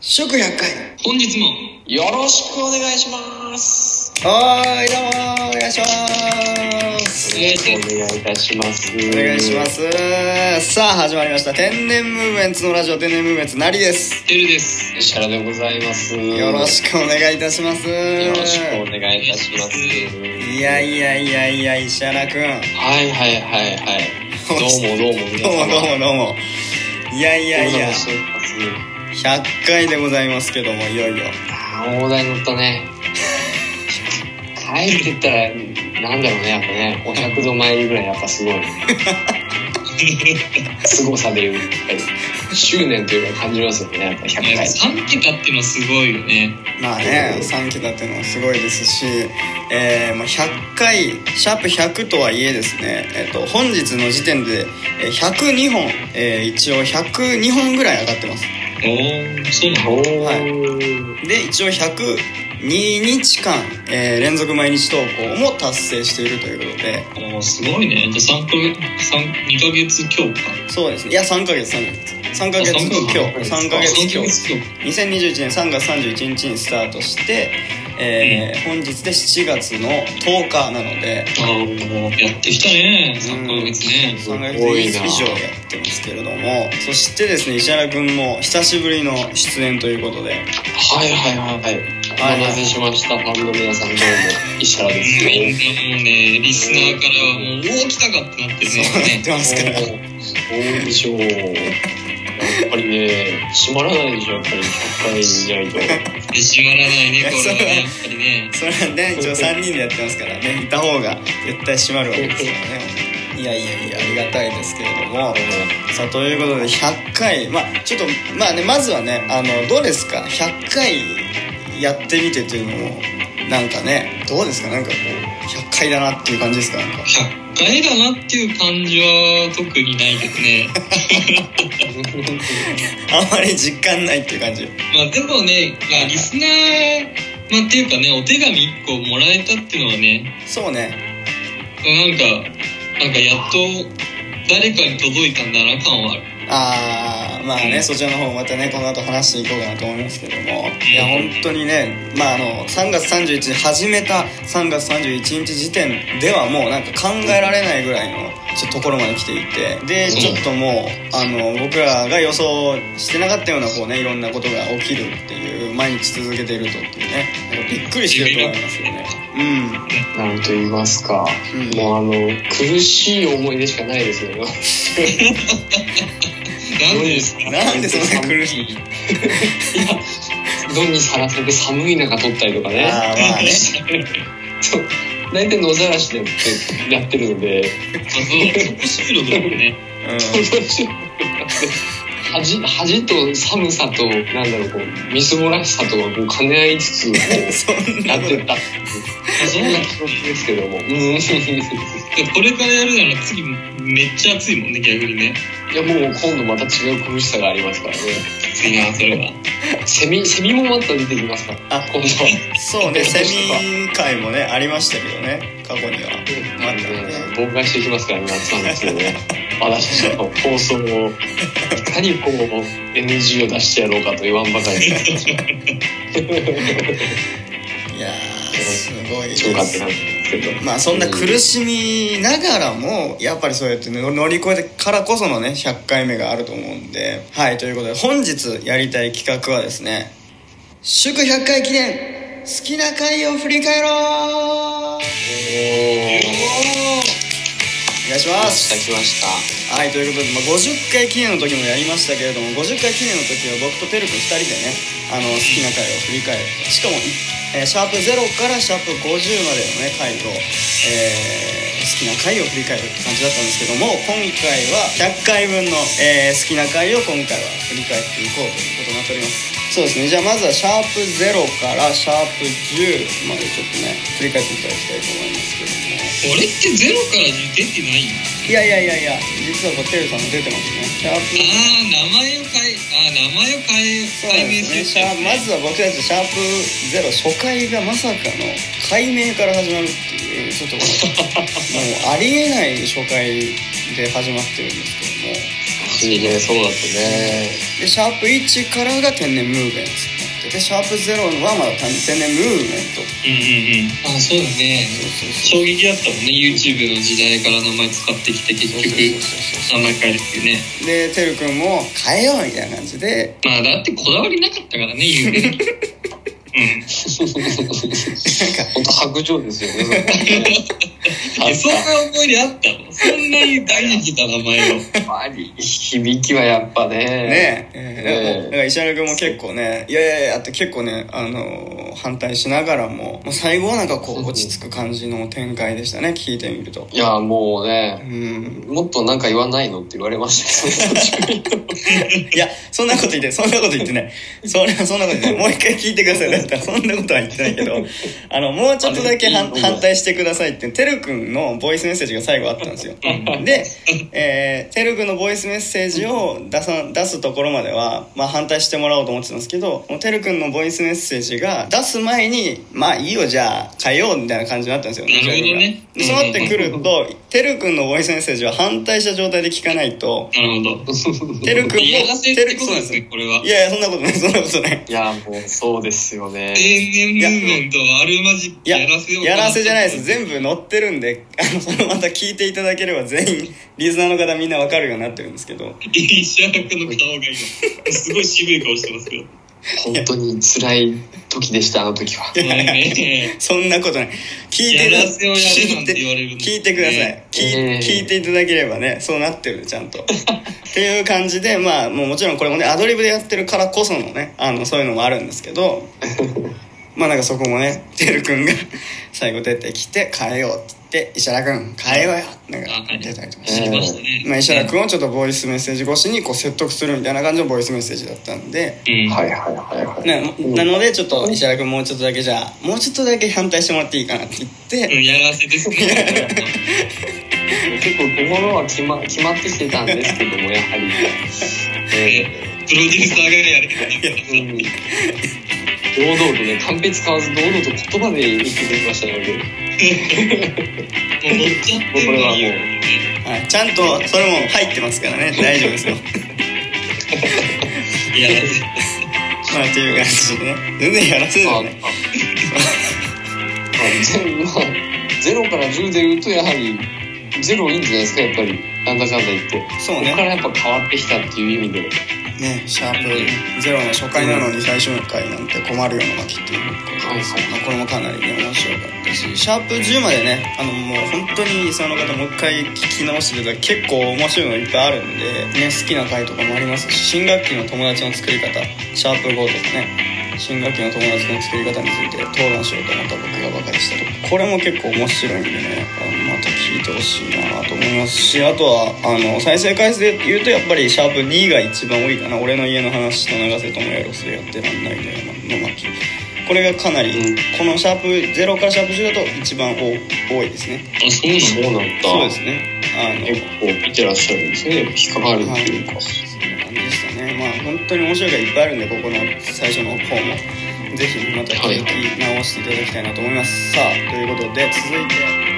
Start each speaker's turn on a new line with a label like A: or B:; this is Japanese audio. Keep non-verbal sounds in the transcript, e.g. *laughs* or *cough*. A: 食100回
B: 本日もよろしくお願いします。
A: はーいどうもお願いします
B: お願いいたします。
A: お願いしま。すさあ始まりました天然ムーブメンツのラジオ天然ムーブメンツなりです
B: てるです。石原でございます。
A: よろしくお願いいたします
B: よろしくお願いいたします。
A: いやいやいやいや石原くん
B: はいはいはいはい。どうもどうも皆
A: どうも
B: 様。
A: どうもどうもいやい
B: い
A: やいや
B: してます。
A: 100回でございますけどもいよいよ
B: あー大台乗ったね。帰ってったら、なんだろうね、やっぱね、お百度参りぐらいやっぱす *laughs* ごいね。凄さでいう、やっぱり執念というか感じますよね、やっぱ100
C: いや
B: 回。
C: 3桁ってもすごいよね
A: まあね3桁っていうのはすごいですし、えーまあ、100回シャープ100とはいえですね、えっと本日の時点でえー102本、えー一応102本ぐらい上がってます
C: おおそうなの
B: おー
A: はで一応102日間、えー連続毎日投稿も達成しているということで
C: おーすごいねじゃあ3か2ヶ月強化
A: そうですねいや3ヶ月3ヶ月3ヶ月
C: あ三ヶ月
A: 今日3ヶ月今
C: 3ヶ
A: 日
C: 月強化
A: 2021年3月31日にスタートして、えー本日で7月の10日なので
C: あーやってきたね3ヶ月ね
A: 3ヶ月以上やってますけれどもそしてですね石原君も久しぶりの出演ということで
B: はいはいはいはい。
A: はい
B: お待たせしました。ファンの皆さんどうも、石原で
C: うん
B: す。
C: もうねリスナーからはもうおお来たかってなってる
A: やっ
C: ね
A: てますから *laughs*
B: 大でしょう。やっぱりね、閉まらないでしょ、やっぱり100回いないと。
C: で閉まらないねこれはねやっぱりね
A: それはね一応3人でやってますからねいた方が絶対閉まるわけですからねいやいやいやありがたいですけれどもさあということで100回まあちょっとまあねまずはねあのどうですか100回やってみてというのもなんかねどうですかなんかこう100回だなっていう感じですかなんか
C: 100回だなっていう感じは特にないけどね
A: *laughs* あんまり実感ないっていう感じ
C: まあでもね、まあ、リスナー、まあ、っていうかねお手紙1個もらえたっていうのはね
A: そうね
C: なんか、なんかやっと誰かに届いたんだな感はある。
A: ああまあねそちらの方またねこの後話していこうかなと思いますけどもいや本当にねまああの3月31日始めた3月31日時点ではもうなんか考えられないぐらいのちょっとところまで来ていてでちょっともうあの僕らが予想してなかったようなこうねいろんなことが起きるっていう毎日続けているとっていうねなんかびっくりしてると思いますよね
B: なんと言いますか、
A: うん
B: もうあの、苦しい思い出しかないですよ。
C: なんでですか
A: うんなんでそんな苦しい
B: どんにさらされて寒い中撮ったりとかね。
A: ああまあね
B: そう大体野ざらしでやってるので。
C: あ、そう、特殊色だもんね。
A: *laughs* うん
B: 恥恥と寒さとなんだろうこうみすぼらしさとはこう兼ね合いつつこ
A: そん
B: う
A: な
B: や
A: こ
B: っ
A: と
B: てった
C: あ、そ
B: そ
C: うんな
B: なん
C: だ
B: 記憶ですけどもうん *laughs* い
C: これからやるなら次めっちゃ暑いもんね、逆にね。
B: やもう今度また違う苦しさがありますからね
C: 暑いな、それは。
B: セミセミもまた出てきますから
A: あ
B: 今度は
A: そうね、セミ会もね、ありましたけどね、過去には。またね。
B: 妨害してきますからね夏なんですよね私の放送をいかにこう NG を出してやろうかと言わんばかりに
A: いやー、すごいで
B: 強かった
A: す
B: なん。ですけ *laughs* ど
A: まあそんな苦しみながらも、やっぱりそうやってね、乗り越えてからこそのね、100回目があると思うんで。はい、ということで、本日やりたい企画はですね、祝100回記念、好きな回を振り返ろうお願いし
B: 来
A: ま
B: まし
A: す
B: た。来ました
A: はいということで、まあ、50回記念の時もやりましたけれども50回記念の時は僕とてるくん2人でねあの好きな回を振り返ってしかも、えーシャープ0からシャープ50までのね回と、えー好きな回を振り返るって感じだったんですけども今回は100回分の、えー好きな回を今回は振り返っていこうということになっておりますそうですねじゃあまずはシャープ0からシャープ10までちょっとね振り返っていただきたいと思いますけども、
C: 俺ってゼロから出てない
A: いやいやいやいや実はこうてるさんも出てますねシャー
C: あ
A: プ
C: ー、名前を変え、あー、名前を変え、
A: そう
C: 解
A: で
C: 明
A: す
C: す
A: ねシャー
C: る
A: まずは僕たちシャープゼロ初回がまさかの解明から始まるっていうちょっともうありえない初回で始まってるんですけども
B: いいね、そうだったね。
A: でシャープ1からが天然ムーブメントでシャープ0はまだ天然ムーブメント
C: うんうんうんあそうだね衝撃だったもんね YouTube の時代から名前使ってきて結
A: そうそうそうそ
C: 局名前変えるっていうね
A: うでてるくんも変えようみたいな感じで
C: まあだってこだわりなかったから
A: *laughs*
C: ね有名うん
B: *laughs* 本当白状ですよね。それね
C: いやそんな思い出あったのそんなに大事にしてた名前を
B: やっぱり響きはやっぱね。
A: ね
B: え
A: えだから石原君も結構ねいやいやいやって結構ね、あのー反対しながらももう最後はなんかこう落ち着く感じの展開でしたね聞いてみると
B: いや、もう
A: う
B: ね、
A: ん
B: もっとなんか言わないのって言われましたけど、
A: いやそんなこと言ってそんなこと言ってないそんなそんなこと言ってないもう一回聞いてくださいだったらそんなことは言ってないけどあのもうちょっとだけ反
B: あれ
A: 反対してくださいっててるくんのボイスメッセージが最後あったんですよで、えー、てるくんのボイスメッセージを出さ出すところまでは、まあ、反対してもらおうと思ってたんですけどもうてるくんのボイスメッセージが出す前に「まあいいよじゃあ変えよう」みたいな感じになったんですよ
C: なるほどね
A: でそうなってくるとてるくんのボイスメッセージは反対した状態で聞かないと
C: なるほど
A: てるくんも
C: 嫌がせってことです
A: てる
C: ねこれはい
A: やいやそんなことないそんなことない
B: *laughs* いや、もうそうですよね。
C: 天然ムーブメントはあるまじ
A: いや
C: やらせようか
A: やらせじゃないです
C: 全
A: 全部載ってるんであのそのまた聞いていただければ全員リスナーの方みんなわかるようになってるんですけど
C: 石原君の顔が
A: *laughs*
C: 今すごい渋い顔してますけど
B: 本当に辛い時でした、あの時は。
C: もうね
A: そんなことない聞いて
C: や
A: だ
C: らせをやるなんて言われるんだ
A: 聞いてください、
C: ね
A: 聞い
B: ええ
A: 聞いていただければねそうなってるちゃんとっていう感じでまあもうもちろんこれもねアドリブでやってるからこそのねあのそういうのもあるんですけどまあなんかそこもねてるくんが最後出てきて変えようって言って石原くん変えようよなんか
C: あはい
A: 出たりとかして
C: 聞きましたね
A: まあ、石原君をちょっとボイスメッセージ越しにこう説得するみたいな感じのボイスメッセージだったんで、
C: うん
B: はいはいはいはい。
A: ね、なのでちょっと石原君もうちょっとだけじゃあもうちょっとだけ反対してもらっていいかなって言って、
C: うんやらせですね
A: *laughs*
B: 結構心は決ま決まってきてたんですけども、やはり。え
C: プロデューサーがやれてるんだ
B: ーうん堂々とね、カンペ使わず堂々と言葉で言ってくれましたので、
C: もう乗っちゃってるのに
B: これはも
A: はい、ちゃんとそれも入ってますからね大丈夫ですよ
C: やらせ
A: まあっていう感じでね全然やらせる
B: まあ、
A: よ
B: まあ
A: ね
B: ゼロまあゼロから10で言うと、やはり、ゼロいいんじゃないですか、やっぱり、なんだかんだ言って。
A: そう
B: ここから
A: ね
B: やっぱ変わってきたっていう意味で。
A: ねシャープゼロの初回なのに最初の回なんて困るような巻きっていうことです
B: はいはい
A: まあ、これもかなりね面白かったしシャープ10までねあのもう本当にリスナーの方もう一回聞き直していただいて結構面白いのいっぱいあるんで、ね、好きな回とかもありますし新学期の友達の作り方シャープ5とかね新学期の友達の作り方について討論しようと思った僕がバカでしたとかこれも結構面白いんでねあのまた聞いてほしいなと思いますしあとはあの再生回数で言うとやっぱりシャープ2が一番多いかな俺の家の話と永瀬智也ロスでやってらんないのよの巻これがかなり、
B: うん
A: このシャープ0からシャープ10だと一番多多いですね
C: あそう
B: そうなんだ。
A: そうですねあの
B: 結構見てらっしゃるんですね。引っかかるっていうか。
A: そんな感じでしたねまあ本当に面白いがいっぱいあるんでここの最初の方もぜひまた聞き直していただきたいなと思います、さあということで続いて